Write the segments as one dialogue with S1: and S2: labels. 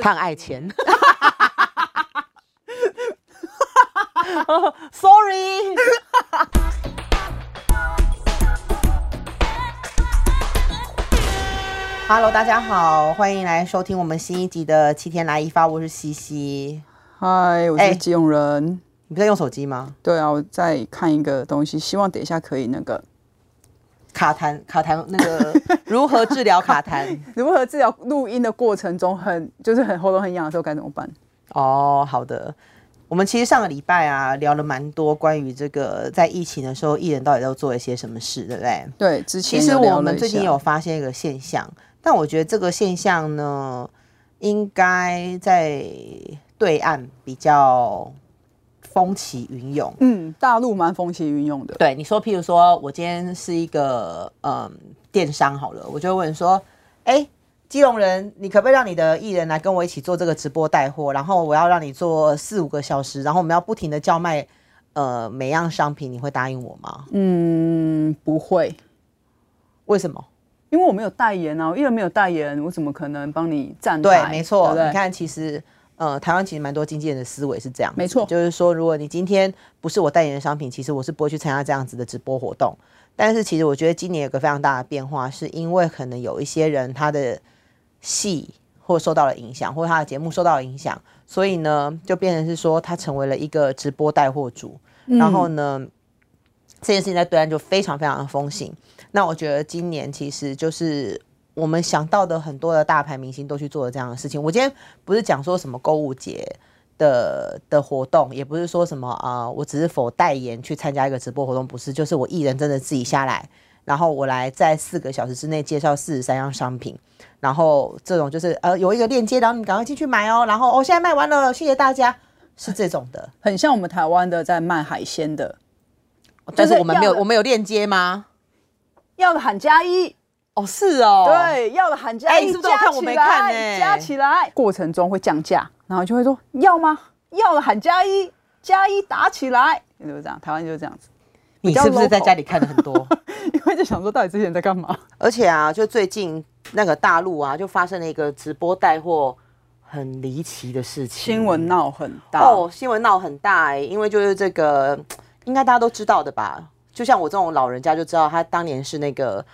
S1: 看爱钱。Sorry，
S2: Hello，大家好，欢迎来收听我们新一集的《七天来一发》，我是西西。
S3: 嗨，我
S2: 哎
S3: 是基隆人。
S2: 你不在用手机吗？
S3: 对啊，我在看一个东西，希望等一下可以那个
S2: 卡痰，卡痰，那个如何治疗卡痰？
S3: 如何治疗录音的过程中很就是很喉咙很痒的时候该怎么办？
S2: 哦，好的。我们其实上个礼拜啊，聊了蛮多关于这个在疫情的时候，艺人到底都做了些什么事，对不对？
S3: 对，之
S2: 其
S3: 前
S2: 实
S3: 有聊
S2: 我
S3: 了
S2: 们
S3: 一
S2: 最近
S3: 下
S2: 有发现一个现象，但我觉得这个现象呢，应该在对岸比较风起云涌。
S3: 嗯，大陆蛮风起云涌的，
S2: 对，你说，譬如说我今天是一个嗯电商好了，我就会问说，哎，基隆人，你可不可以让你的艺人来跟我一起做这个直播带货？然后我要让你做四五个小时，然后我们要不停的叫卖呃每样商品，你会答应我吗？
S3: 嗯，不会，
S2: 为什么？
S3: 因为我没有代言啊，我艺人没有代言，我怎么可能帮你站
S2: 对
S3: 台？，
S2: 没错，
S3: 对不对
S2: 你看，其实。呃，台湾其实蛮多经纪人的思维是这样子，
S3: 没错
S2: 就是说，如果你今天不是我代言的商品，其实我是不会去参加这样子的直播活动。但是，其实我觉得今年有个非常大的变化，是因为可能有一些人他的戏或受到了影响，或者他的节目受到了影响，所以呢，就变成是说他成为了一个直播带货主。然
S3: 嗯
S2: 后呢，这件事情在对岸就非常非常的风行。那我觉得今年其实就是我们想到的很多的大牌明星都去做了这样的事情。我今天不是讲说什么购物节的的活动，也不是说什么啊、呃我只是否代言去参加一个直播活动，不是，就是我艺人真的自己下来。然后我来在四个小时之内介绍四十三样商品，然后这种就是呃有一个链接，然后你赶快进去买哦，然后哦现在卖完了，谢谢大家，是这种的。
S3: 很像我们台湾的在卖海鲜的，
S2: 哦但是
S3: 就是
S2: 我们没有，
S3: 要了
S2: 我们有链接吗？
S3: 要的喊加一。
S2: 哦，是哦，，
S3: 对，要了喊价，
S2: 哎
S3: 一
S2: 你是不是都有看我没看呢
S3: 加起来，过程中会降价，然后就会说要吗？要了喊加一，加一打起来，就是这样，台湾就是这样子，
S2: 你
S3: 较
S2: 是不是
S3: local
S2: 在家里看的很多？
S3: 因为就想说到底之前在干嘛？
S2: 而且啊，就最近那个大陆啊，就发生了一个直播带货很离奇的事情，
S3: 新闻闹很大，
S2: 哦，新闻闹很大哎、因为就是这个，应该大家都知道的吧？就像我这种老人家就知道，他当年是那个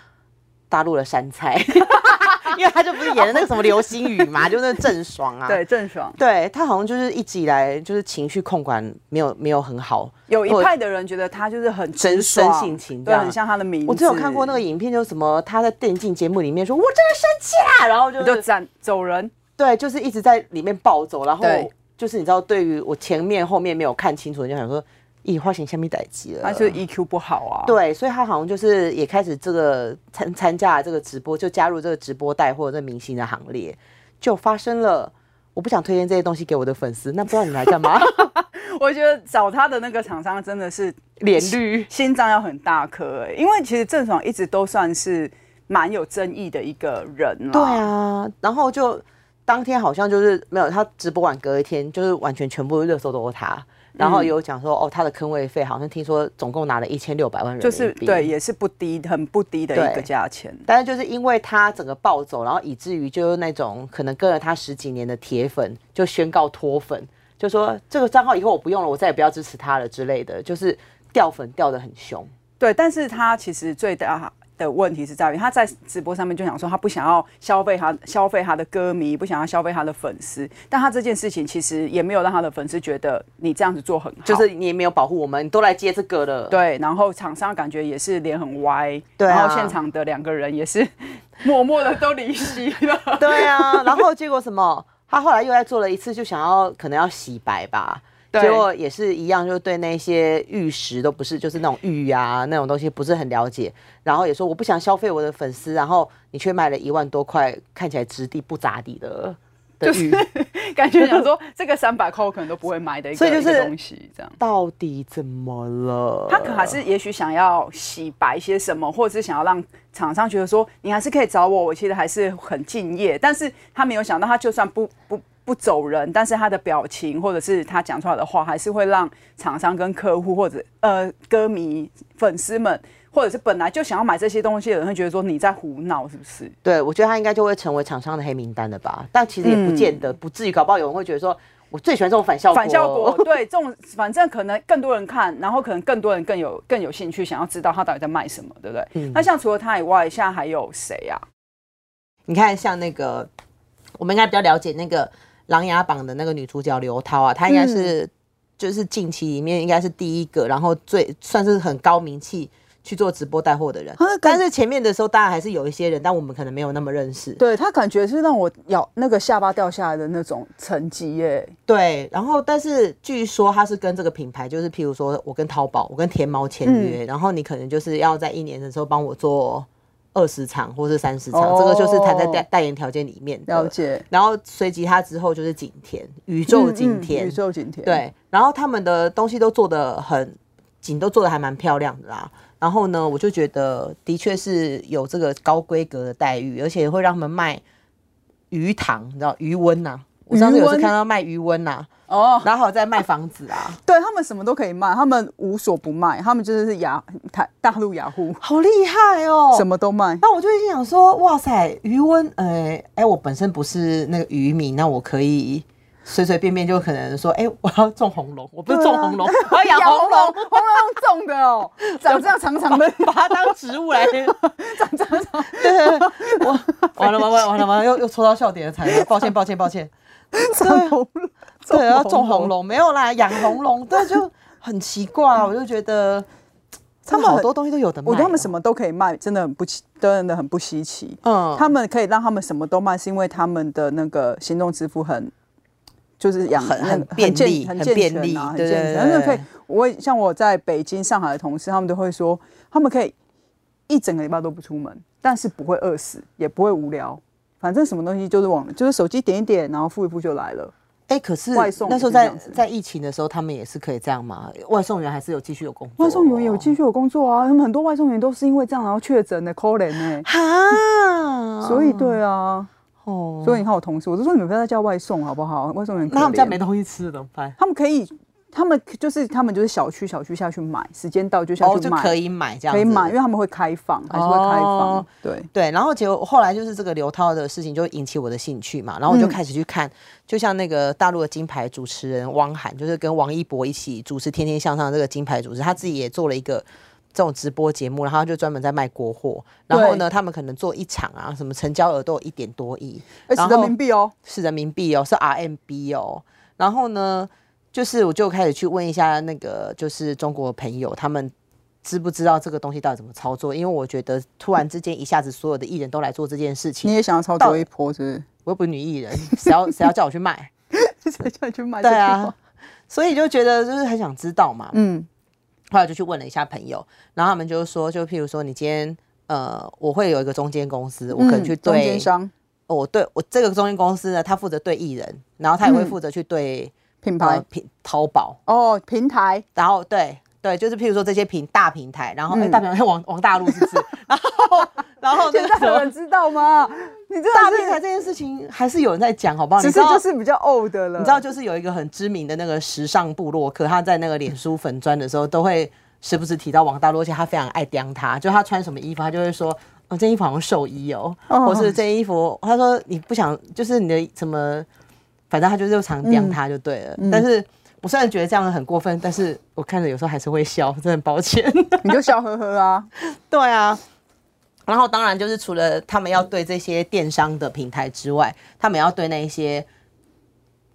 S2: 大陆的山菜， 因为他就不是演的那个什么流星雨 嘛，就那个郑爽啊，
S3: 对，郑爽
S2: 对他好像就是一直以来就是情绪控管没有没有很好，
S3: 有一
S2: 我
S3: 派的人觉得他就是很
S2: 真
S3: 直爽
S2: 真性情这
S3: 对，
S2: 样
S3: 很像他的名字。
S2: 我只有看过那个影片，就是什么他在电竞节目里面说“我真的生气啦”，然后就
S3: 你就是站走人，
S2: 对，就是一直在里面暴走，然后
S3: 对
S2: 就是你知道，对于我前面后面没有看清楚，你就想说，咦，花钱下面逮鸡了，
S3: 他就是 EQ 不好啊，
S2: 呃对，所以他好像就是也开始这个参参加了这个直播，就加入这个直播带货这明星的行列，就发生了。我不想推荐这些东西给我的粉丝，那不知道你们来干 嘛？
S3: 我觉得找他的那个厂商真的是
S2: 脸绿，
S3: 心脏要很大颗、欸，因为其实郑爽一直都算是蛮有争议的一个人啦。
S2: 对，啊，然后就当天好像就是没有他直播完，隔一天就是完全全部热搜都是他，然后有讲说、哦，他的坑位费好像听说总共拿了一千六百万人民
S3: 就
S2: 币，
S3: 是对，。也是不低，很不低的一个
S2: 对
S3: 价钱。
S2: 但是就是因为他整个暴走，然后以至于就是那种可能跟了他十几年的铁粉就宣告脱粉，就说这个账号以后我不用了，我再也不要支持他了之类的，就是掉粉掉的很凶。
S3: 对，但是他其实最大的问题是在于他在直播上面就想说他不想要消费他消费他的歌迷，不想要消费他的粉丝，但他这件事情其实也没有让他的粉丝觉得你这样子做很好，
S2: 就是你也没有保护我们，你都来接这个了。
S3: 对，然后厂商感觉也是脸很歪，
S2: 对啊
S3: 然后现场的两个人也是 默默的都离席了。
S2: 对啊，然后结果什么？他后来又来做了一次，就想要可能要洗白吧。
S3: 对
S2: 结果也是一样，就对那些玉石都不是，就是那种玉啊那种东西不是很了解。然后也说我不想消费我的粉丝，然后你却卖了一万多块，看起来质地不咋地的的玉，
S3: 感觉想说这个三百块我可能都不会买的一个
S2: 所以就是
S3: 一个东西，这样。
S2: 到底怎么了？
S3: 他可还
S2: 哦
S3: 是也许想要洗白些什么，或者是想要让厂商觉得说你还是可以找我，我其实还是很敬业。但是他没有想到，他就算不不不走人，但是他的表情或者是他讲出来的话，还是会让厂商跟客户或者呃歌迷、粉丝们，或者是本来就想要买这些东西的人，会觉得说你在胡闹，是不是？
S2: 对，我觉得他应该就会成为厂商的黑名单了吧？但其实也不见得，不至于，搞不好有人会觉得说，我最喜欢这种反效果。
S3: 嗯反效果， 对这种，反正可能更多人看，然后可能更多人更有更有兴趣，想要知道他到底在卖什么，对不对？
S2: 嗯
S3: 那像除了他以外，现在还有谁啊？
S2: 你看，像那个，我们应该比较了解那个《琅琊榜》的那个女主角刘涛啊，她应该
S3: 嗯
S2: 是、就是近期里面应该是第一个，然后最算是很高名气去做直播带货的人
S3: 啊。
S2: 但是前面的时候，当然还是有一些人，但我们可能没有那么认识。
S3: 对他感觉是让我咬那个下巴掉下来的那种成绩耶。
S2: 对，然后但是据说他是跟这个品牌，就是譬如说我跟淘宝、我跟天猫签
S3: 嗯
S2: 约，然后你可能就是要在一年的时候帮我做二十场或是三十场，这个就是谈在代
S3: 哦
S2: 代言条件里面的
S3: 了解，
S2: 然后随即他之后就是景甜，宇宙景
S3: 嗯
S2: 甜，
S3: 宇宙景甜，，
S2: 对，然后他们的东西都做的很景，都做的还蛮漂亮的啦。然后呢，我就觉得的确是有这个高规格的待遇，而且会让他们卖鱼塘，你知道鱼温呐、我上次有
S3: 鱼
S2: 次
S3: 温
S2: 看到卖鱼温呐、
S3: 哦，
S2: 然后还有在卖房子啊，
S3: 对他们什么都可以卖，他们无所不卖，他们就是雅台大陆雅虎，
S2: 好厉害哦！
S3: 什么都卖。
S2: 那我就心想说，哇塞，余温，哎、哎、我本身不是那个渔民，那我可以随随便便就可能说，哎、我要种红龙，我不是
S3: 啊
S2: 种红龙，我要养
S3: 养
S2: 红龙，
S3: 红龙种的哦，长这 样长长的，
S2: 把它当植物来。
S3: 长 长长，
S2: 我完了完了完了完了，又又戳到笑点的惨了，抱歉抱歉抱歉。啊
S3: 长红龙，
S2: 对，要种红，龙，没有啦，养红龙，对，就很奇怪，我就觉得他们
S3: 很
S2: 好多东西都有的卖、啊
S3: 我觉得他们什
S2: 么？
S3: 么都可以卖，真的很不奇，真的很不稀奇。
S2: 嗯，
S3: 他们可以让他们什么都卖，是因为他们的那个行动支付很。就是养
S2: 很
S3: 那个
S2: 很便
S3: 健
S2: 利
S3: 很
S2: 很
S3: 健
S2: 便利
S3: 全啊，很
S2: 对
S3: 健
S2: 对
S3: 全。但是可以
S2: 对，
S3: 我也像我在北京、上海的同事，他们都会说，他们可以一整个礼拜都不出门，但是不会饿死，也不会无聊，反正什么东西就是往，就是手机点一点，然后付一付就来了。
S2: 哎、可是
S3: 外送
S2: 那时候
S3: 也是这
S2: 在
S3: 样子
S2: 在疫情的时候，他们也是可以这样嘛？外送员还是有继续有工作哦、
S3: 外送员有继续有工作
S2: 哦
S3: 啊，他们很多外送员都是因为这样然后确诊的，可怜呢。
S2: 哈，
S3: 所以对啊，
S2: 哦，
S3: 所以你看我同事，我就说你们不要再叫外送好不好？外送员可
S2: 那他们家
S3: 怜啊
S2: 没东西吃怎么办？
S3: 他们可以，他们就是他们就是小区小区下去买，时间到就下
S2: 哦，
S3: 去
S2: 就
S3: 买，
S2: 可以买这样
S3: 可
S2: 子，
S3: 以买，因为他们会开放，还是会开放，
S2: 哦
S3: 对。
S2: 对，然后结果后来就是这个刘涛的事情就引起我的兴趣嘛，然后我就
S3: 嗯
S2: 开始去看，就像那个大陆的金牌主持人汪涵，就是跟王一博一起主持《天天向上》这个金牌主持，他自己也做了一个这种直播节目，然后他就专门在卖国货，然后呢，他们可能做一场啊，什么成交额都有一点多亿，
S3: 二
S2: 然
S3: 十人
S2: 后
S3: 民币哦，
S2: 是人民币哦，是 RMB 哦。然后呢，就是我就开始去问一下那个就是中国朋友，他们知不知道这个东西到底怎么操作？因为我觉得突然之间一下子所有的艺人都来做这件事
S3: 你
S2: 情，
S3: 也想要操作一波是
S2: 我又不是女艺人，谁要谁要叫我去卖？
S3: 不是？ 谁叫你去买这
S2: 对
S3: 句
S2: 啊
S3: 话？，
S2: 所以就觉得就是很想知道嘛。
S3: 嗯，
S2: 后来就去问了一下朋友，然后他们就说，就譬如说你今天。呃，我会有一个中间公司，我可能
S3: 嗯
S2: 去
S3: 中
S2: 对哦
S3: 间、商
S2: 我对我这个中间公司呢，他负责对艺人，然后他也会
S3: 嗯
S2: 负责去对、
S3: 品
S2: 呃
S3: 牌
S2: 平淘宝，
S3: 哦，平台
S2: 然后对对，就是譬如说这些平大平台，然后、哎
S3: 嗯
S2: 大平台王王大陆是不是？ 然后然后那
S3: 现
S2: 个
S3: 在
S2: 什
S3: 有
S2: 么
S3: 人知道吗？你知
S2: 大
S3: 道
S2: 平台
S3: 是，
S2: 这件事情还是有人在讲，好不好？
S3: 只
S2: 你
S3: 是
S2: 知道
S3: 就是比较 old 的了。
S2: 你知道就是有一个很知名的那个时尚部落客，他在那个脸书粉砖的时候都会时不时提到王大陆，而且他非常爱刁他，就他穿什么衣服，他就会说。哦，这衣服好像寿衣哦，
S3: 哦
S2: 或是这衣服，他说你不想，就是你的什么，反正他就是常刁他就对了。
S3: 嗯
S2: 但是我虽然觉得这样很过分，但是我看着有时候还是会笑，真的很抱歉。
S3: 你就笑呵呵啊，
S2: 对啊。然后当然就是除了他们要对这些电商的平台之外，他们也要对那一些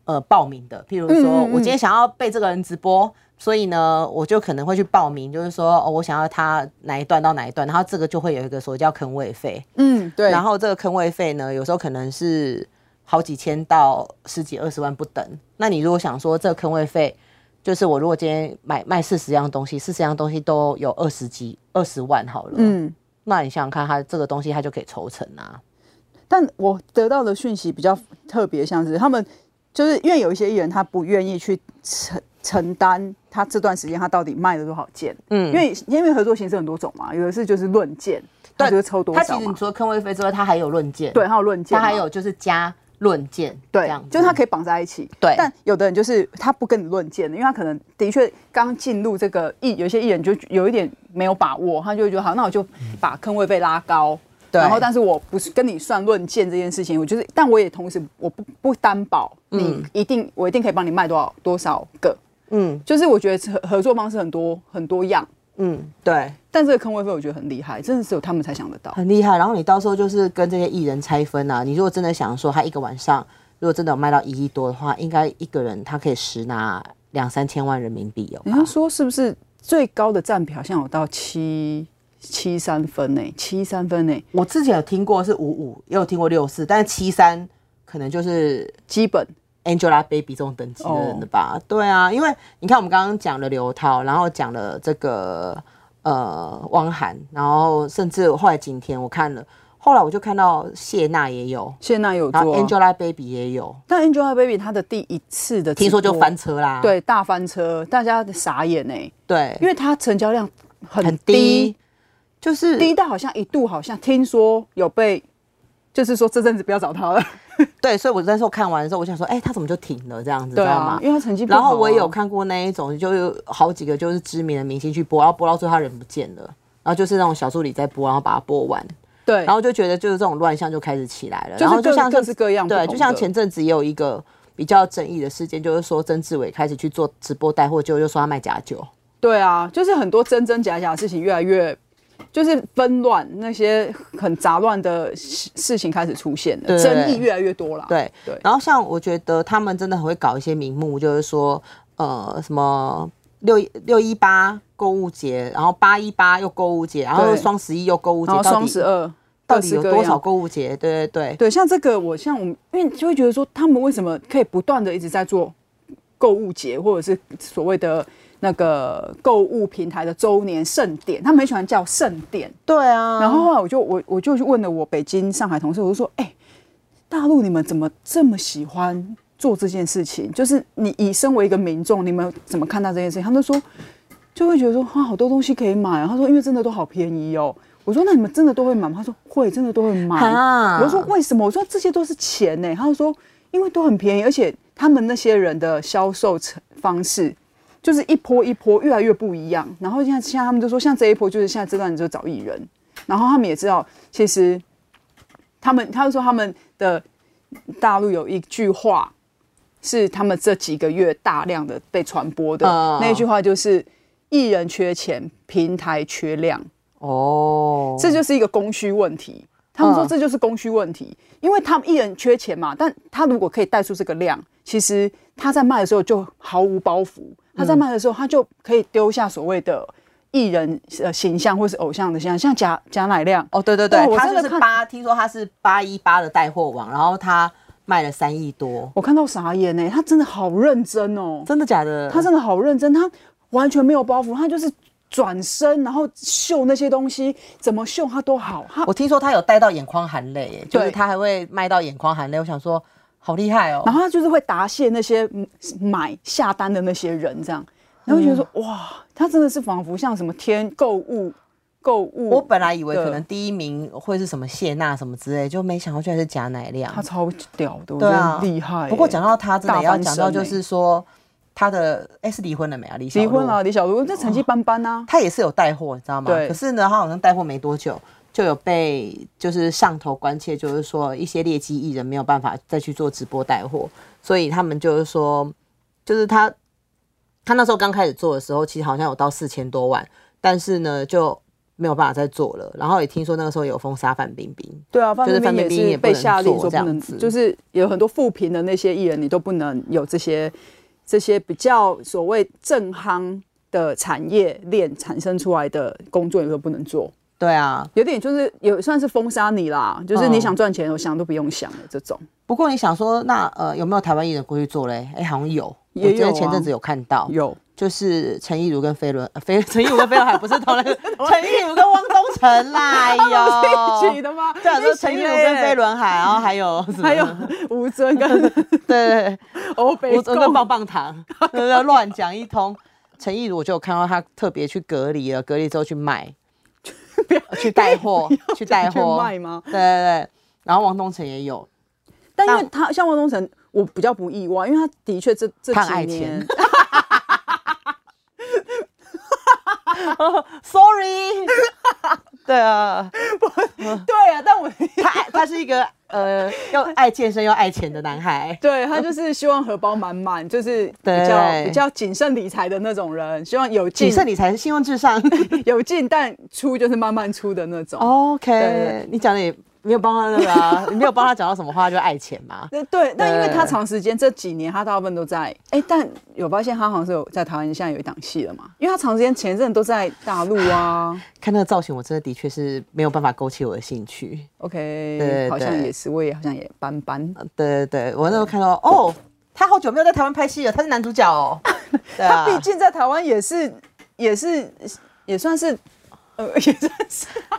S2: 呃报名的，譬如说
S3: 嗯嗯嗯
S2: 我今天想要被这个人直播，所以呢我就可能会去报名，就是说、哦、我想要他哪一段到哪一段，然后这个就会有一个所谓叫坑位费，
S3: 嗯，对，
S2: 然后这个坑位费呢有时候可能是好几千到十几二十万不等。那你如果想说这个坑位费，就是我如果今天买卖四十样东西，四十样东西都有二十几二十万好了，
S3: 嗯，
S2: 那你想想看，它这个东西它就可以抽成啊。
S3: 但我得到的讯息比较特别，像是他们就是因为有一些艺人他不愿意去承承担他这段时间他到底卖了多少件，嗯，因为因为合作形式很多种嘛，有的是就是论件，他就是抽多
S2: 它其
S3: 少
S2: 实你
S3: 嘛，
S2: 除了坑位费之外，它还有论件，
S3: 对，，还有论件
S2: 它
S3: 嘛，
S2: 还有就是加
S1: 论剑，这
S3: 对
S1: 样，子
S3: 就是他可以绑在一起。
S2: 对
S3: 但有的人就是他不跟你论剑的，因为他可能的确刚进入这个艺，有些艺人就有一点没有把握，他就会觉得好，那我就把坑位被拉高。
S2: 对
S3: 然后，但是我不是跟你算论剑这件事情，我就是，但我也同时我不不担保你一定、我一定可以帮你卖多少多少个，
S2: 嗯
S3: 就是我觉得合合作方式很多很多样，
S2: 嗯，对，
S3: 但这个坑位费我觉得很厉害，真的只有他们才想得到。
S2: 很厉害。然后你到时候就是跟这些艺人拆分啊，你如果真的想说他一个晚上如果真的有卖到一亿多的话，应该一个人他可以实拿两三千万人民币哦有吧
S3: 人家说是不是最高的占比好像有到七七三分呢、七三分呢、
S2: 我之前有听过是五五，也有听过六四，但是七三可能就是
S3: 基本
S2: Angelababy 这种等级的
S3: 哦
S2: 人的吧？对啊，因为你看我们刚刚讲了刘涛，然后讲了这个呃汪涵，然后甚至后来今天我看了，后来我就看到谢娜也有，
S3: 现在有
S2: 然后
S3: 做啊、
S2: Angelababy 也有，
S3: 但 Angelababy 她的第一次的直播
S2: 听说就翻车啦。
S3: 对大翻车，大家傻眼呢、
S2: 对，
S3: 因为她成交量很
S2: 很
S3: 低
S2: 低，，就是
S3: 低到好像一度好像听说有被，就是说这阵子不要找 她了，
S2: 对，所以我那时候看完的时候，我想说，哎、他怎么就停了这样子，知
S3: 对
S2: 道吗
S3: 啊，？因为她成绩不好、
S2: 然后我也有，看过那一种，就有好几个就是知名的明星去播，然后播到最后他人不见了，然后就是那种小助理在播，然后把它播完，
S3: 对，
S2: 然后就觉得就是这种乱象就开始起来了，
S3: 就是
S2: 然后
S3: 各
S2: 就像
S3: 各式各样不
S2: 对，
S3: 同
S2: 就像
S3: 的
S2: 前阵子也有一个比较争议的事件，就是说曾志伟开始去做直播带货，就又说他卖假酒，
S3: 对啊，就是很多真真假假的事情越来越，就是纷乱，那些很杂乱的事事情开始出现了，
S2: 对
S3: 争议越来越多了。
S2: 对
S3: 对
S2: 然后像我觉得他们真的很会搞一些名目，就是说呃什么六六一八购物节，然后八一八又购物节，然后
S3: 对
S2: 双十一又购物节，
S3: 然后
S2: 到
S3: 双
S2: 底
S3: 十二
S2: 到
S3: 各
S2: 底
S3: 式
S2: 有
S3: 各
S2: 多少
S3: 样。
S2: 购物节？对对对。
S3: 对，像这个我像我们，因为就会觉得说，他们为什么可以不断的一直在做购物节，或者是所谓的那个购物平台的周年盛典，他们很喜欢叫盛典。
S2: 对啊，
S3: 然后后来我就我我就去问了我北京、上海同事，我就说：“哎、大陆你们怎么这么喜欢做这件事情？就是你以身为一个民众，你们怎么看待这件事情？”他们就说，就会觉得说啊，好多东西可以买、啊。他说，因为真的都好便宜哦。我说那你们真的都会买吗？他说会，真的都会买。
S2: 啊
S3: 我说为什么？我说这些都是钱呢、他就说因为都很便宜，而且他们那些人的销售成方式就是一波一波越来越不一样。然后现在现在他们就说，像这一波就是现在这段就找艺人，然后他们也知道，其实他们他们说他们的大陆有一句话是他们这几个月大量的被传播的，
S2: 嗯
S3: 那一句话就是艺人缺钱，平台缺量。
S2: 哦，
S3: 这就是一个供需问题。他们说
S2: 嗯
S3: 这就是供需问题，因为他们艺人缺钱嘛，但他如果可以带出这个量，其实他在卖的时候就毫无包袱，他在卖的时候他就可以丢下所谓的艺人呃形象或是偶像的形象，像贾贾乃亮，
S2: 哦，对对
S3: 对
S2: 对，
S3: 我
S2: 他
S3: 真
S2: 就
S3: 的
S2: 是
S3: 看
S2: 八，听说他是八一八的带货王，然后他卖了三亿多，
S3: 我看到傻眼呢、他真的好认真哦，
S2: 真的假的？
S3: 他真的好认真，他完全没有包袱，他就是转身然后秀那些东西，怎么秀他都好，他
S2: 我听说他有带到眼眶含泪，耶就是
S3: 对
S2: 他还会卖到眼眶含泪。我想说，好厉害哦
S3: 然！后他就是会答谢那些嗯买下单的那些人，这样，然后就觉得说、
S2: 嗯
S3: 哇，他真的是仿佛像什么天购物购物，
S2: 我本来以为
S3: 对
S2: 可能第一名会是什么谢娜什么之类，就没想到居然是贾乃亮
S3: 他。超屌的，我
S2: 对
S3: 觉
S2: 啊
S3: 得很厉害欸、
S2: 不过讲到他，真的
S3: 大
S2: 也要
S3: 翻
S2: 讲到
S3: 身
S2: 就
S3: 欸
S2: 是说他的哎是离婚了没啊？李小哦
S3: 离婚
S2: 璐
S3: 了，李小璐这成绩斑斑啊，
S2: 他也是有带货，你知道吗？
S3: 对
S2: 可是呢，他好像带货没多久就有被就是上头关切，就是说一些劣迹艺人没有办法再去做直播带货，所以他们就是说，就是他他那时候刚开始做的时候，其实好像有到四千多万，但是呢就没有办法再做了。然后也听说那个时候有封杀范冰冰，
S3: 对啊，范
S2: 就是
S3: 冰
S2: 范冰
S3: 冰
S2: 冰也
S3: 也是
S2: 不
S3: 被
S2: 能
S3: 下令
S2: 做这
S3: 说不
S2: 样
S3: 能
S2: 子，
S3: 就是有很多负评的那些艺人，你都不能有这些这些比较所谓正夯的产业链产生出来的工作，你都不能做。
S2: 对啊，
S3: 有点就是有算是封杀你啦，就是
S2: 嗯
S3: 你想赚钱，我想都不用想了这种。
S2: 不过你想说，那呃有没有台湾艺人过去做嘞？哎，好像有，
S3: 也
S2: 我记得
S3: 有
S2: 前
S3: 啊
S2: 阵子有看到，
S3: 有
S2: 就是陈意如跟飞轮，呃飞 陈意如跟飞轮海不是同人， 陈意如跟汪东城啦， 哎
S3: 一起
S2: 呦，
S3: 的吗？
S2: 对啊，就是陈意如跟飞
S3: 轮，
S2: 轮海，然后还有什么
S3: 还有吴尊跟
S2: 对对
S3: 欧
S2: 对，
S3: 北
S2: 我我跟
S3: 共
S2: 棒棒糖， 对对乱讲一通。陈意如我就有看到他特别去隔离了，隔离之后去 卖，去带货，去带
S3: 去
S2: 货，
S3: 卖吗
S2: 对对对，然后王东城也有，
S3: 但因为他像汪东城，我比较不意外，因为他的确这这
S2: 看
S3: 几
S2: 爱
S3: 年啊
S2: 情 Sorry，对啊，
S3: 对啊，但我。
S2: 他爱他是一个呃又爱健身又爱钱的男孩
S3: 对他就是希望荷包满满，就是比
S2: 对
S3: 较比较谨慎理财的那种人，希望有进
S2: 谨慎理财是信用至上。
S3: 有进，但出就是慢慢出的那种。
S2: 哦 OK，你讲的也没有帮他那个 啊，你没有帮他讲到什么话，就爱钱嘛。
S3: 那对，但因为他
S2: 对
S3: 长时间这几年，他大部分都在哎、但有发现他好像是有在台湾现在有一档戏了嘛？因为他长时间前一阵都在大陆啊。
S2: 看那个造型，我真的的确是没有办法勾起我的兴趣。
S3: OK，
S2: 对
S3: 好像
S2: 对
S3: 也是，我也好像也般般。
S2: 对对对，我那时候 看到哦，他好久没有在台湾拍戏了，他是男主角哦。对啊，
S3: 毕竟在台湾也是也是也算是。呃，也算是，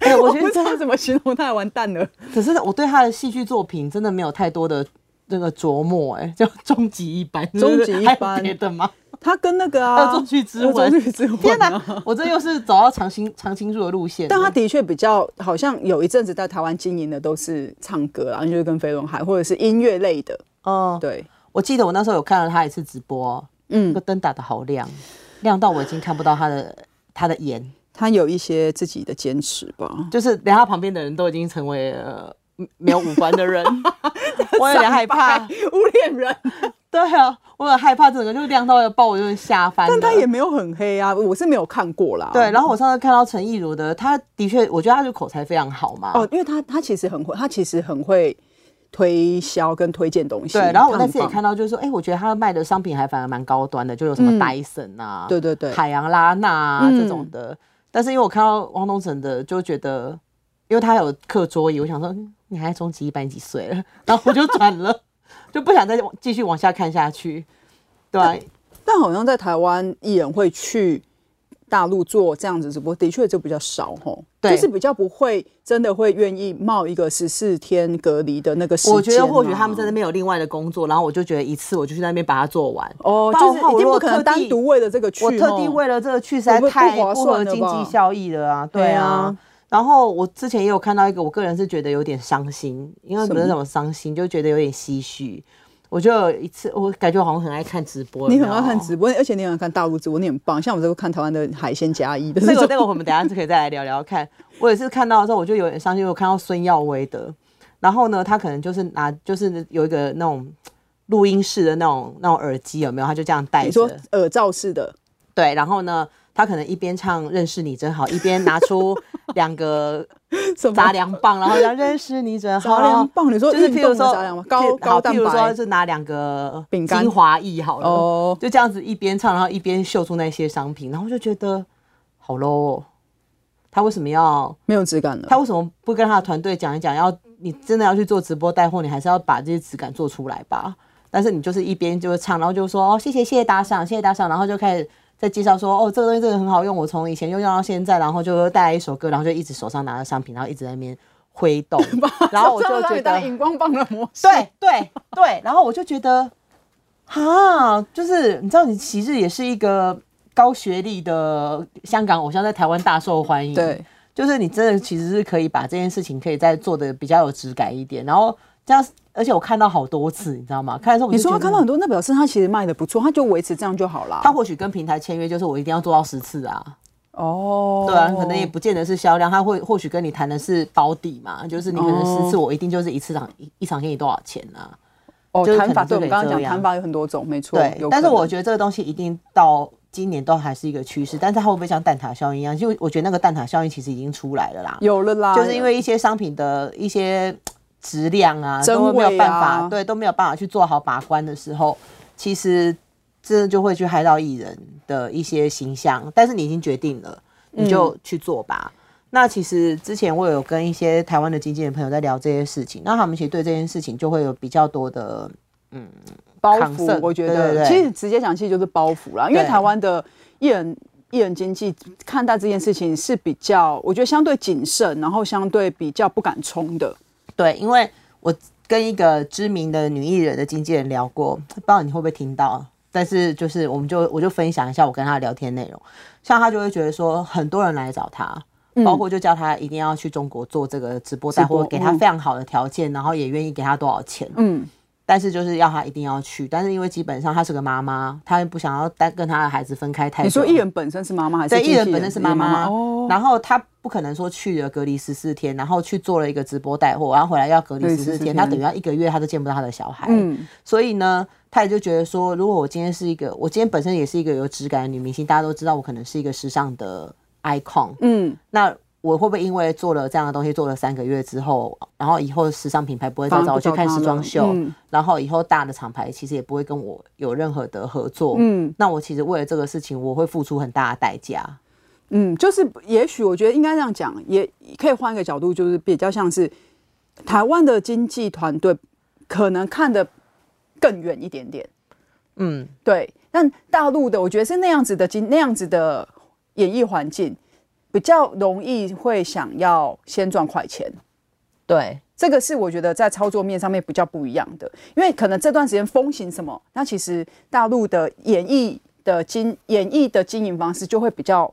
S2: 哎、我
S3: 我
S2: 觉
S3: 不
S2: 得
S3: 知
S2: 真
S3: 道
S2: 的，
S3: 怎么形容他，完蛋了。
S2: 可是我对他的戏剧作品真的没有太多的那个琢磨、哎，叫终极一班，
S3: 终极一班
S2: 还有别的吗？
S3: 他跟那个
S2: 还有
S3: 啊，
S2: 终极之
S3: 还有
S2: 吻，
S3: 中剧之吻、啊
S2: 天
S3: 哪、
S2: 哪，我这又是走到常青常青树的路线了。
S3: 但他的确比较，好像有一阵子在台湾经营的都是唱歌啊，就是跟飞轮海或者是音乐类的，
S2: 哦，
S3: 对，
S2: 我记得我那时候有看了他一次直播，那
S3: 嗯
S2: 个，灯打的好亮，亮到我已经看不到他的他的眼，
S3: 他有一些自己的坚持吧。
S2: 就是连他旁边的人都已经成为了没有五官的人，我 有点害怕。
S3: 无脸人，
S2: 对啊，我很害怕，整个就亮到要把我有点吓翻了。
S3: 但他也没有很黑啊，我是没有看过啦。
S2: 对，啊然后我上次看到陈亦儒的，他的确，我觉得他就口才非常好嘛。
S3: 哦，因为他他其实很会，他其实很会推销跟推荐东西。
S2: 对，然后我那
S3: 看
S2: 次也
S3: 房
S2: 看，到，就是说，哎、我觉得他卖的商品还反而蛮高端的，就有什么 Dyson 啊，
S3: 对对对，
S2: 海洋拉娜啊、
S3: 嗯
S2: 这种的。但是因为我看到汪东城的，就觉得，因为他有课桌椅，我想说嗯你还终极一班几岁了，然后我就转了， 就不想再往继续往下看下去。对啊，
S3: 但好像在台湾艺人会去大陆做这样子直播，的确就比较少吼，
S2: 对
S3: 就是比较不会真的会愿意冒一个十四天隔离的那个时间啊、
S2: 我觉得或许他们在那边有另外的工作，然后我就觉得一次我就去那边把它做完。
S3: 哦，
S2: 不然
S3: 就
S2: 的
S3: 是
S2: 话
S3: 一定
S2: 我如
S3: 不
S2: 果
S3: 可能
S2: 特
S3: 单
S2: 地
S3: 独为了这个去吼，哦
S2: 我特地为了这个去，实在
S3: 不不
S2: 太
S3: 划
S2: 不
S3: 算
S2: 合
S3: 了
S2: 经
S3: 吧
S2: 济效益了啊！对
S3: 对
S2: 啊
S3: 啊。
S2: 然后我之前也有看到一个，我个人是觉得有点伤心，因为
S3: 什
S2: 不是
S3: 么
S2: 那种伤心，就觉得有点唏嘘。我就有一次，我感觉我好像很爱看直播，
S3: 你
S2: 有
S3: 很
S2: 没有
S3: 爱看直播，而且你很爱看大陆直播，你很棒。像我这个看台湾的海鲜加一的
S2: 那
S3: 那
S2: 个
S3: 种，
S2: 那个，我们等一下就可以再来聊聊看。我也是看到的时候，我就有点伤心，因为我看到孙耀威的，然后呢，他可能就是拿就是有一个那种录音室的那种那种耳机，有没有？他就这样戴
S3: 你
S2: 着
S3: 说，耳罩式的，
S2: 对，然后呢，他可能一边唱《认识你真好》，一边拿 出两个
S3: 什么
S2: 杂粮棒，然后要认识你真好。
S3: 杂粮棒？你说
S2: 就是
S3: 运
S2: 譬如
S3: 动的
S2: 说
S3: 杂粮吗？
S2: 譬
S3: 高
S2: 如
S3: 高
S2: 好
S3: 蛋
S2: 譬如说
S3: 白
S2: 是拿两个
S3: 饼干
S2: 精华液好了，
S3: 哦，
S2: 就这样子一边唱，然后一边秀出那些商品，然后就觉得好 low、哦。他为什么要？
S3: 没有质感了
S2: 他。为什么不跟他的团队讲一讲？要你真的要去做直播带货，你还是要把这些质感做出来吧。但是你就是一边就是唱，然后就说哦谢谢谢谢打赏，谢谢打赏，然后就开始在介绍说哦这个东西真的很好用，我从以前就用到现在，然后就带来一首歌，然后就一直手上拿着商品，然后一直在那边挥动，然后我 就觉得
S3: 当荧光棒的模式，
S2: 对对对，然后我就觉得，哈，就是你知道，你其实也是一个高学历的香港偶像，在台湾大受欢迎。，
S3: 对，
S2: 就是你真的其实是可以把这件事情可以再做的比较有质感一点，然后这样，而且我看到好多次，你知道吗？看的时候我
S3: 你
S2: 就
S3: 说他
S2: 觉得
S3: 看到很多，那表示他其实卖的不错，他就维持这样就好啦。
S2: 他或许跟平台签约，就是我一定要做到十次啊，
S3: 哦，
S2: 对啊，可能也不见得是销量，他会或许跟你谈的是保底嘛，就是你可能十次我一定就是一次场一一场给你多少钱啊，
S3: 哦，
S2: 就是可
S3: 谈
S2: 能
S3: 法，对
S2: 就可
S3: 我们
S2: 以
S3: 刚刚
S2: 这
S3: 讲
S2: 样
S3: 谈法有很多种，没错，
S2: 对
S3: 有，
S2: 但是
S3: 可能
S2: 我觉得这个东西一定到今年都还是一个趋势，但是它会不会像蛋挞效应一样？就我觉得那个蛋挞效应其实已经出来了啦，
S3: 有了啦，
S2: 就是因为一些商品的一些质量啊，
S3: 真
S2: 都没有
S3: 伪
S2: 办法，
S3: 啊
S2: 对，都没有办法去做好把关的时候，其实真的就会去害到艺人的一些形象。但是你已经决定了，你就
S3: 嗯
S2: 去做吧。那其实之前我有跟一些台湾的经纪人朋友在聊这些事情，那他们其实对这件事情就会有比较多的
S3: 包
S2: 抗
S3: 袱，
S2: 胜
S3: 我觉
S2: 对
S3: 得
S2: 对对
S3: 其实直接讲，其实就是包袱啦。因为
S2: 对
S3: 台湾的艺人艺人经济看待这件事情是比较，我觉得相对谨慎，然后相对比较不敢冲的。
S2: 对，因为我跟一个知名的女艺人的经纪人聊过，不知道你会不会听到，啊但是就是我们就我就分享一下我跟她的聊天内容，像她就会觉得说，很多人来找她，包括就叫他一定要去中国做这个直播带
S3: 嗯直播
S2: 货，给他
S3: 嗯
S2: 非常好的条件，然后也愿意给他多少钱。
S3: 嗯，
S2: 但是就是要他一定要去，但是因为基本上她是个妈妈，她不想要单跟她的孩子分开太久。
S3: 你说艺人本身是妈妈还是
S2: 对，
S3: 经
S2: 艺
S3: 纪
S2: 人本身是妈妈，
S3: 哦，
S2: 然后她不可能说去了隔离十四天，然后去做了一个直播带货，然后回来要隔离
S3: 对
S2: 十四
S3: 14
S2: 天，
S3: 天
S2: 她等于要一个月她都见不到她的小孩。
S3: 嗯，
S2: 所以呢，她也就觉得说，如果我今天是一个，我今天本身也是一个有质感的女明星，大家都知道我可能是一个时尚的 icon，
S3: 嗯，
S2: 那我会不会因为做了这样的东西，做了三个月之后，然后以后时尚品牌不会再
S3: 反而
S2: 找我
S3: 不
S2: 去
S3: 找
S2: 看
S3: 她
S2: 时装
S3: 了
S2: 秀，
S3: 嗯
S2: 然后以后大的厂牌其实也不会跟我有任何的合作，
S3: 嗯，
S2: 那我其实为了这个事情，我会付出很大的代价，
S3: 嗯，就是也许我觉得应该这样讲，也可以换一个角度，就是比较像是台湾的经济团队可能看得更远一点点。
S2: 嗯，
S3: 对，但大陆的我觉得是那样子的经那样子的演艺环境，比较容易会想要先赚快钱。
S2: 对，
S3: 这个是我觉得在操作面上面比较不一样的，因为可能这段时间风行什么，那其实大陆的演艺的经演艺的经营方式就会比较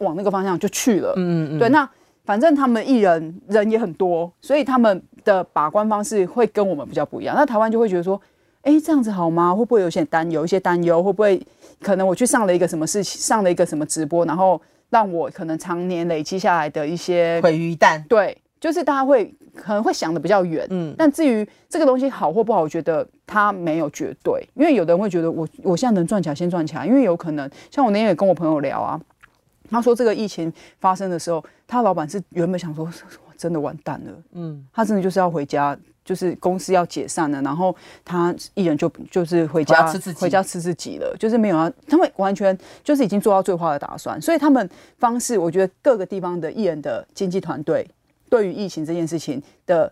S3: 往那个方向就去了。嗯嗯，对，那反正他们艺人人也很多，所以他们的把关方式会跟我们比较不一样。那台湾就会觉得说。哎，这样子好吗？会不会有些担忧？有一些担忧，会不会可能我去上了一个什么事情，上了一个什么直播，然后让我可能常年累积下来的一些
S2: 毁于一旦，
S3: 对，就是大家会可能会想的比较远，嗯。但至于这个东西好或不好，我觉得它没有绝对，因为有的人会觉得我我现在能赚起来先赚起来，因为有可能像我那天也跟我朋友聊啊，他说这个疫情发生的时候，他老板是原本想说我真的完蛋了，嗯，他真的就是要回家。就是公司要解散了，然后他一人就就是
S2: 回
S3: 回家
S2: 家吃自己
S3: 回家吃自己了，就是没有要啊他们完全就是已经做到最坏的打算，所以他们方式，我觉得各个地方的艺人的经纪团队对于疫情这件事情的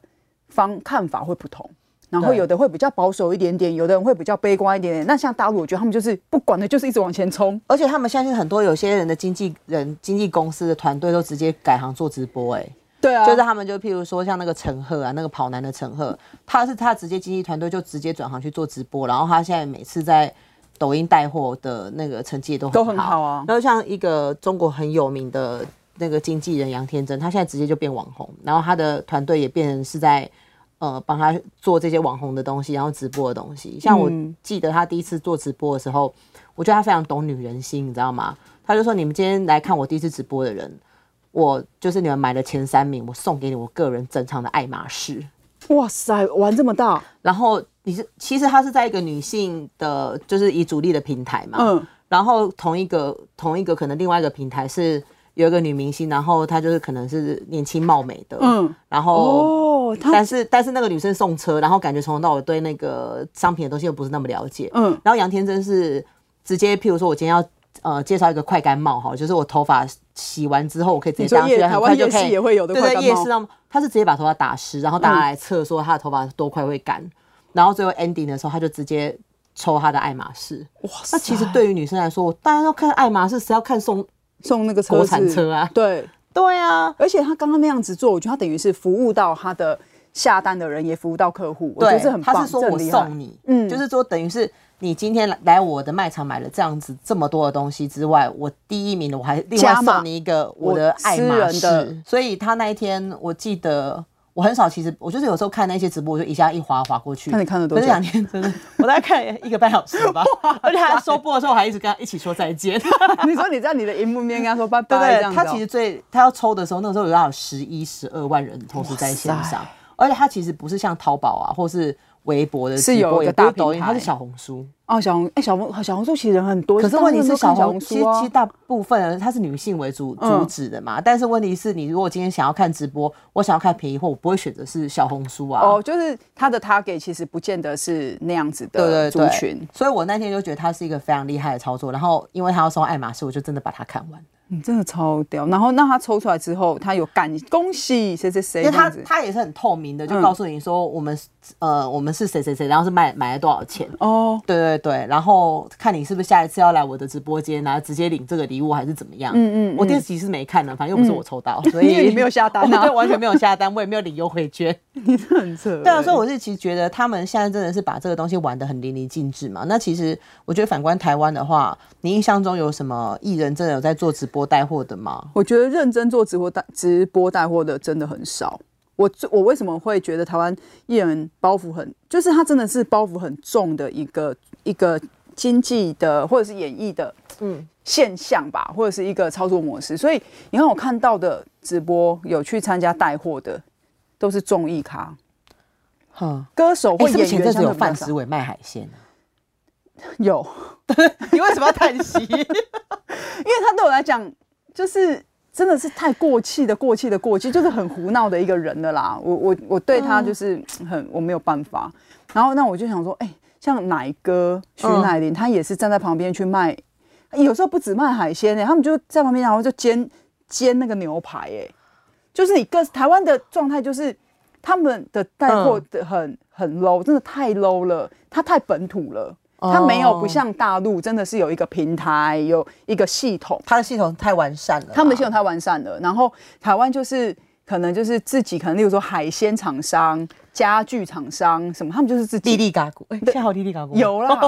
S3: 方看法会不同，然后
S2: 对
S3: 有的会比较保守一点点，有的人会比较悲观一点点。那像大陆，我觉得他们就是不管的，就是一直往前冲。
S2: 而且他们相信很多有些人的经纪人、经纪公司的团队都直接改行做直播、哎。
S3: 对啊
S2: 就
S3: 就是是
S2: 他们就譬如说像那个陈赫啊，那个跑男的陈赫，他是他直接经纪团队就直接转行去做直播，然后他现在每次在抖音带货的那个成绩也都很
S3: 都很好啊
S2: 然后像一个中国很有名的那个经纪人杨天真，他现在直接就变网红，然后他的团队也变成是在。呃，帮他做这些网红的东西，然后直播的东西。像我
S3: 嗯
S2: 记得他第一次做直播的时候，我觉得他非常懂女人心，你知道吗？他就说：“你们今天来看我第一次直播的人，我就是你们买的前三名，我送给你我个人珍藏的爱马仕。
S3: 哇塞，玩这么大，
S2: 然后你是其实它是在一个女性的，就是以主力的平台嘛，
S3: 嗯，
S2: 然后同一个同一个可能另外一个平台是有一个女明星，然后她就是可能是年轻貌美的，
S3: 嗯，
S2: 然后。
S3: 哦，他
S2: 但是但是那个女生送车，然后感觉从头到尾对那个商品的东西又不是那么了解，
S3: 嗯
S2: 然后杨天真是直接，譬如说我今天要呃介绍一个快干帽哈，就是我头发洗完之后，我可以直接
S3: 你说
S2: 戴上去，
S3: 夜
S2: 很
S3: 台
S2: 快
S3: 湾
S2: 就
S3: 夜
S2: 可以。
S3: 市也会有的
S2: 对
S3: 快
S2: 在
S3: 干
S2: 夜
S3: 帽
S2: 市上，他是直接把头发打湿，然后大家来测说他的头发多快会干，然后最后 ending 的时候，他就直接抽他的爱马仕。
S3: 哇塞，
S2: 那其实对于女生来说，大家要看爱马仕，谁要看送？
S3: 送那个车
S2: 国产
S3: 子
S2: 车啊
S3: 对，
S2: 对啊，
S3: 而且他刚刚那样子做，我觉得他等于是服务到他的下单的人，也服务到客户，我觉得这很棒，
S2: 他是说
S3: 这很
S2: 我
S3: 厉害
S2: 送你，嗯，
S3: 嗯
S2: 就是说等于是你今天来来我的卖场买了这样子这么多的东西之外，我第一名的我还另外
S3: 加码
S2: 送你一个我的爱
S3: 私
S2: 马
S3: 人的
S2: 仕，所以他那一天我记得。我很少，其实我就是有时候看那些直播，我就一下一滑滑过去。
S3: 那你看了多
S2: 可
S3: 久
S2: 是两天真的，我大概看了一个半小时吧。而且他收播的时候，我还一直跟他一起说再见。
S3: 你说你在你的荧幕面跟他说拜
S2: 对
S3: 拜，这
S2: 对，
S3: 样子
S2: 他
S3: 哦、
S2: 其实最他要抽的时候，那个时候有要有十一、十二万人同时在线
S3: 哇塞
S2: 上，而且他其实不是像淘宝啊，或是微博的
S3: 是
S2: 直
S3: 有
S2: 播
S3: 一
S2: 也
S3: 个
S2: 不是
S3: 大
S2: 抖
S3: 平
S2: 音，
S3: 台
S2: 它是小红书。
S3: 哦，小红哎、小红小红书其实人很多，
S2: 可是
S3: 大部
S2: 问
S3: 分
S2: 题是
S3: 都
S2: 小
S3: 看小
S2: 红，
S3: 红
S2: 其实
S3: 书啊
S2: 其实，大部分人它是女性为主主
S3: 嗯
S2: 旨的嘛。但是问题是你如果今天想要看直播，我想要看便宜货，我不会选择是小红书啊。
S3: 哦，就是他的 target 其实不见得是那样子
S2: 对对
S3: 的族
S2: 对，
S3: 群，
S2: 所以我那天就觉得他是一个非常厉害的操作。然后因为他要送爱马仕，我就真的把它看完。
S3: 你嗯真的超屌。然后那他抽出来之后，他有感恭喜谁谁谁
S2: 因为
S3: 这
S2: 他
S3: 样子，
S2: 他也是很透明的，就
S3: 嗯
S2: 告诉你说我们、呃我们是谁谁谁，然后是卖买了多少钱。
S3: 哦，
S2: 对对对，然后看你是不是下一次要来我的直播间啊，直接领这个礼物还是怎么样？嗯嗯 我电视集是没看呢，反正又不是我抽到，所以
S3: 嗯因为你没有下单啊
S2: 我对，完全没有下单，我也没有领优惠券。
S3: 你这很扯欸。
S2: 对啊，所以我是其实觉得他们现在真的是把这个东西玩得很淋漓尽致嘛。那其实我觉得反观台湾的话，你印象中有什么艺人真的有在做直播带货的吗？
S3: 我觉得认真做直播带直播带货的真的很少。我最我为什么会觉得台湾艺人包袱很，就是他真的是包袱很重的一个一个经济的或者是演艺的
S2: 嗯
S3: 嗯现象吧，或者是一个操作模式。所以你看我看到的直播有去参加带货的，都是综艺咖、
S2: 哼，
S3: 歌手
S2: 哎、
S3: 或
S2: 是不是
S3: 演
S2: 前
S3: 员
S2: 阵子
S3: 相
S2: 有
S3: 对比较
S2: 范
S3: 少
S2: 思。伟卖海鲜 啊、
S3: 有，
S2: 你为什么要叹息？
S3: 因为他对我来讲就是。真的是太过气的，过气的过气，就是很胡闹的一个人的啦。我我我对
S2: 嗯
S3: 他就是很我没有办法。然后那我就想说，哎、像奶哥、徐
S2: 嗯
S3: 乃麟，他也是站在旁边去卖，有时候不止卖海鲜呢、欸他们就在旁边，然后就煎煎那个牛排、欸，哎，就是你个台湾的状态就是他们的带货
S2: 嗯
S3: 的很、很 low，真的太 low 了，它太本土了。
S2: 哦
S3: 它没有不像大陆，真的是有一个平台，有一个系统，
S2: 他的系统太完善了啦，
S3: 他们的系统太完善了。然后台湾就是可能就是自己，可能例如说海鲜厂商、家具厂商什么，他们就是自己
S2: 滴滴嘎咕，哎、现在好滴滴哦嘎咕吗
S3: 有啦，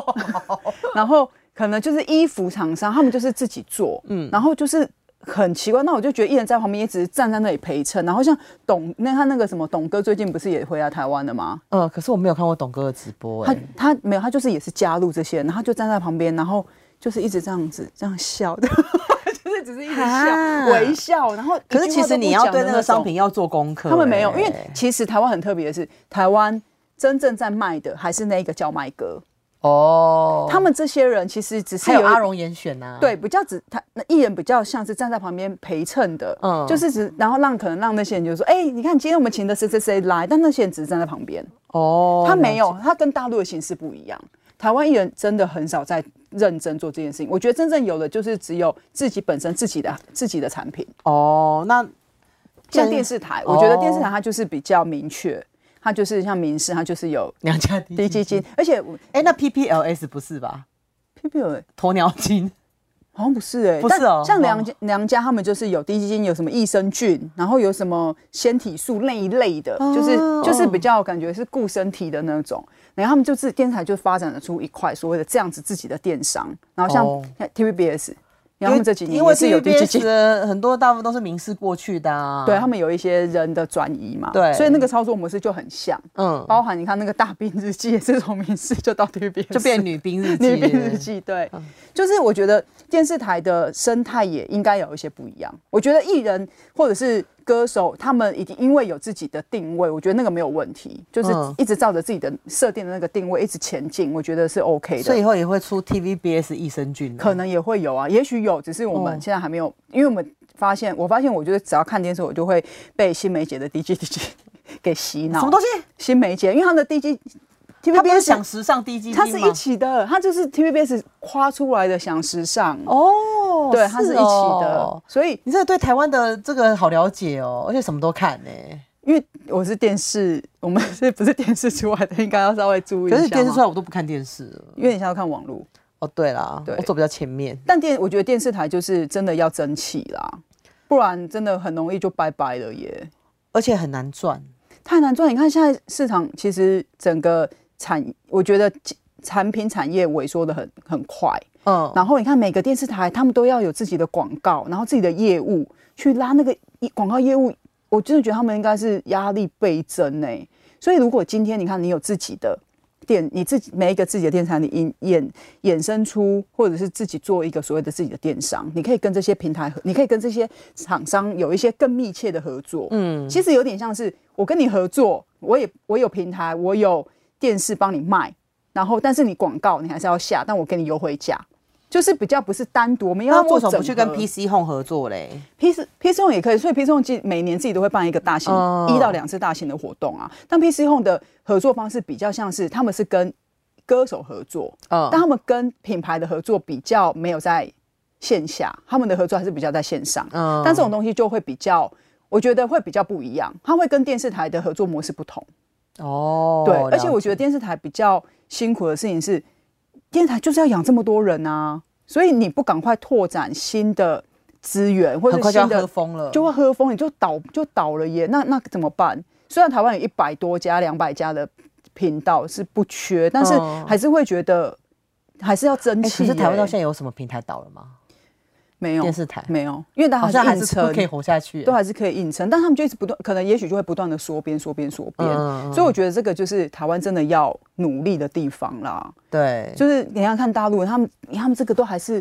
S3: 然后可能就是衣服厂商，他们就是自己做，嗯，然后就是很奇怪。那我就觉得艺人在旁边也只是站在那里陪衬，然后像董那他那个什么董哥最近不是也回来台湾了吗？
S2: 嗯，可是我没有看过董哥的直播、
S3: 他
S2: 哎，
S3: 他没有，他就是也是加入这些，然后他就站在旁边，然后就是一直这样子这样笑的， 就是只是一直
S2: 啊
S3: 笑微笑，然后
S2: 可是其实你要对那个商品
S3: 一句
S2: 要做功课、
S3: 话都不讲的那种，他们没
S2: 哎
S3: 有，因为其实台湾很特别的是，台湾真正在卖的还是那个叫卖哥，
S2: 哦，
S3: 他们这些人其实只是
S2: 还有
S3: 一
S2: 阿荣严选呐、啊，
S3: 对，比较只他那艺人比较像是站在旁边陪衬的，
S2: 嗯
S3: 嗯，就是只然后让可能让那些人就说，哎、你看今天我们请的谁谁谁来，但那些人只是站在旁边，
S2: 哦，
S3: 他没有，他跟大陆的形式不一样。台湾艺人真的很少在认真做这件事情，我觉得真正有的就是只有自己本身自己的自己的产品，
S2: 哦，那
S3: 像电视台，我觉得电视台它就是比较明确，它就是像民视，它就是有
S2: 两家滴
S3: 低基金，而且我
S2: 哎、那 PPLS 不是吧？
S3: P P 有
S2: 鸵鸟 金
S3: 好像不是哎、欸，
S2: 不是哦
S3: 但像
S2: 哦
S3: 梁家梁家他们就是有低基金，有什么益生菌，然后有什么纤体素那一类的，
S2: 哦
S3: 就是就是比较感觉是顾身体的那种。然后他们就是电视台就发展得出一块所谓的这样子自己的电商，然后像
S2: 哦
S3: 像 TVBS，然后他们这几年
S2: 因为
S3: 也是有低基
S2: TVBS
S3: 金，
S2: 的很多大部分都是民事过去的啊，
S3: 对他们有一些人的转移嘛，
S2: 对
S3: 所以那个操作模式就很像，
S2: 嗯，
S3: 包含你看那个大兵日记也是从民事就到 TVBS
S2: 就变女兵日记，
S3: 那边日记，对，就是我觉得电视台的生态也应该有一些不一样。我觉得艺人或者是歌手，他们已经因为有自己的定位，我觉得那个没有问题，就是
S2: 嗯
S3: 一直照着自己的设定的那个定位一直前进，我觉得是 OK
S2: 所以以
S3: 的。
S2: 后也会出 TVBS 益生菌的，
S3: 可能也会有啊，也许有，只是我
S2: 哦
S3: 们现在还没有，因为我们发现，我发现，我觉得只要看电视，我就会被新梅姐的 DJ DJ 给洗脑。
S2: 什么东西？
S3: 新梅姐，因为她的 DJ
S2: 他不
S3: TVB
S2: 是想时尚低基金
S3: 它是一
S2: 吗
S3: 起的，它就是 TVBS 夸出来的想时尚，
S2: 哦，
S3: 对，它是一起的，
S2: 哦
S3: 所以
S2: 你这个对台湾的这个好了解哦，而且什么都看呢、
S3: 因为我是电视，我们是不是电视出来的，应该要稍微注意一
S2: 可
S3: 下嘛。
S2: 是电视出来我都不看电视了。
S3: 因为你想要看网络，
S2: 哦，对啦，
S3: 对
S2: 我走比较前面。
S3: 但电我觉得电视台就是真的要争气啦，不然真的很容易就拜拜了耶，
S2: 而且很难赚。
S3: 太难赚。你看现在市场其实整个产，我觉得产品产业萎缩的很很快。
S2: 嗯，
S3: 然后你看每个电视台，他们都要有自己的广告，然后自己的业务去拉那个一广告业务，我真的觉得他们应该是压力倍增哎、所以如果今天你看你有自己的电，你自己每一个自己的电商，你引衍衍生出或者是自己做一个所谓的自己的电商，你可以跟这些平台合，你可以跟这些厂商有一些更密切的合作。嗯，其实有点像是我跟你合作，我也我有平台，我有电视帮你卖。然后，但是你广告你还是要下，但我给你优惠价，就是比较不是单独，我们
S2: 那
S3: 要
S2: 为
S3: 做
S2: 什么
S3: 整
S2: 不去跟
S3: 合
S2: PC Home 合作嘞？
S3: P 四 P 四 Home 也可以，所以 P 四 Home 其实每年自己都会办一个大型
S2: 哦
S3: 一到两次大型的活动啊。但 P 四 Home 的合作方式比较像是他们是跟歌手合作，
S2: 嗯
S3: 但他们跟品牌的合作比较没有在线下，他们的合作还是比较在线上。
S2: 嗯
S3: 但这种东西就会比较，我觉得会比较不一样，它会跟电视台的合作模式不同。
S2: 哦，
S3: 对，而且我觉
S2: 得
S3: 得电视台比较辛苦的事情是，电视台就是要养这么多人啊，所以你不赶快拓展新的资源或
S2: 很
S3: 者
S2: 快就要
S3: 新的
S2: 喝疯了，
S3: 就会喝风，你就倒就倒了耶。那那怎么办？虽然台湾有一百多家、两百家的频道是不缺，但是
S2: 嗯
S3: 还是会觉得还是要争
S2: 哎、可
S3: 气、
S2: 是台湾到
S3: 在
S2: 现在有什么平台倒了吗？
S3: 没有嗯啊
S2: 电视台
S3: 没有，因为大家
S2: 好像还
S3: 硬
S2: 是
S3: 撑
S2: 可以活下去、
S3: 都还是可以硬撑，但他们就一直不断，可能也许就会不断的缩编、缩编、缩编。
S2: 嗯嗯
S3: 所以我觉得这个就是台湾真的要努力的地方啦。
S2: 对，
S3: 就是你要看大陆人，他们他们这个都还是，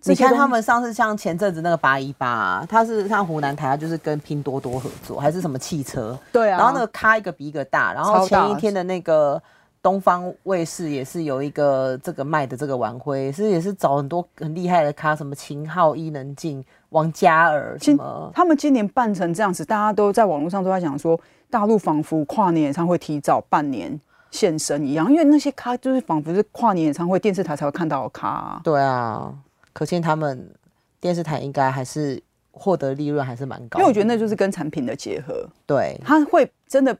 S3: 这
S2: 你
S3: 些东
S2: 看
S3: 西
S2: 他们上次像前阵子那个八一八，他是像湖南台，他就是跟拼多多合作，还是什么汽车，
S3: 对啊，
S2: 然后那个咖一个比一个大，然后
S3: 超大
S2: 前一天的那个。东方卫视也是有一个这个卖的这个晚会，是也是找很多很厉害的咖，什么秦昊、伊能静、王嘉尔什
S3: 今
S2: 么，
S3: 他们今年办成这样子，大家都在网络上都在讲说，大陆仿佛跨年演唱会提早半年现身一样，因为那些咖就是仿佛是跨年演唱会电视台才会看到的咖啊、
S2: 对啊，可见他们电视台应该还是获得利润还是蛮高的，
S3: 因为我觉得那就是跟产品的结合，
S2: 对
S3: 它会真的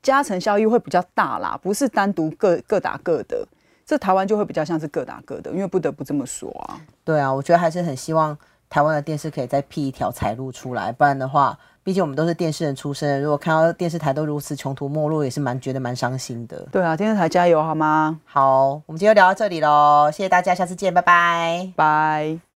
S3: 加成效益会比较大啦，不是单独各各打各的。这台湾就会比较像是各打各的，因为不得不这么说啊。
S2: 对啊，我觉得还是很希望台湾的电视可以再辟一条财路出来，不然的话，毕竟我们都是电视人出身，如果看到电视台都如此穷途末路，也是蛮觉得蛮伤心的。
S3: 对啊，电视台加油好吗？
S2: 好，我们今天就聊到这里喽，谢谢大家，下次见，拜拜。
S3: 拜。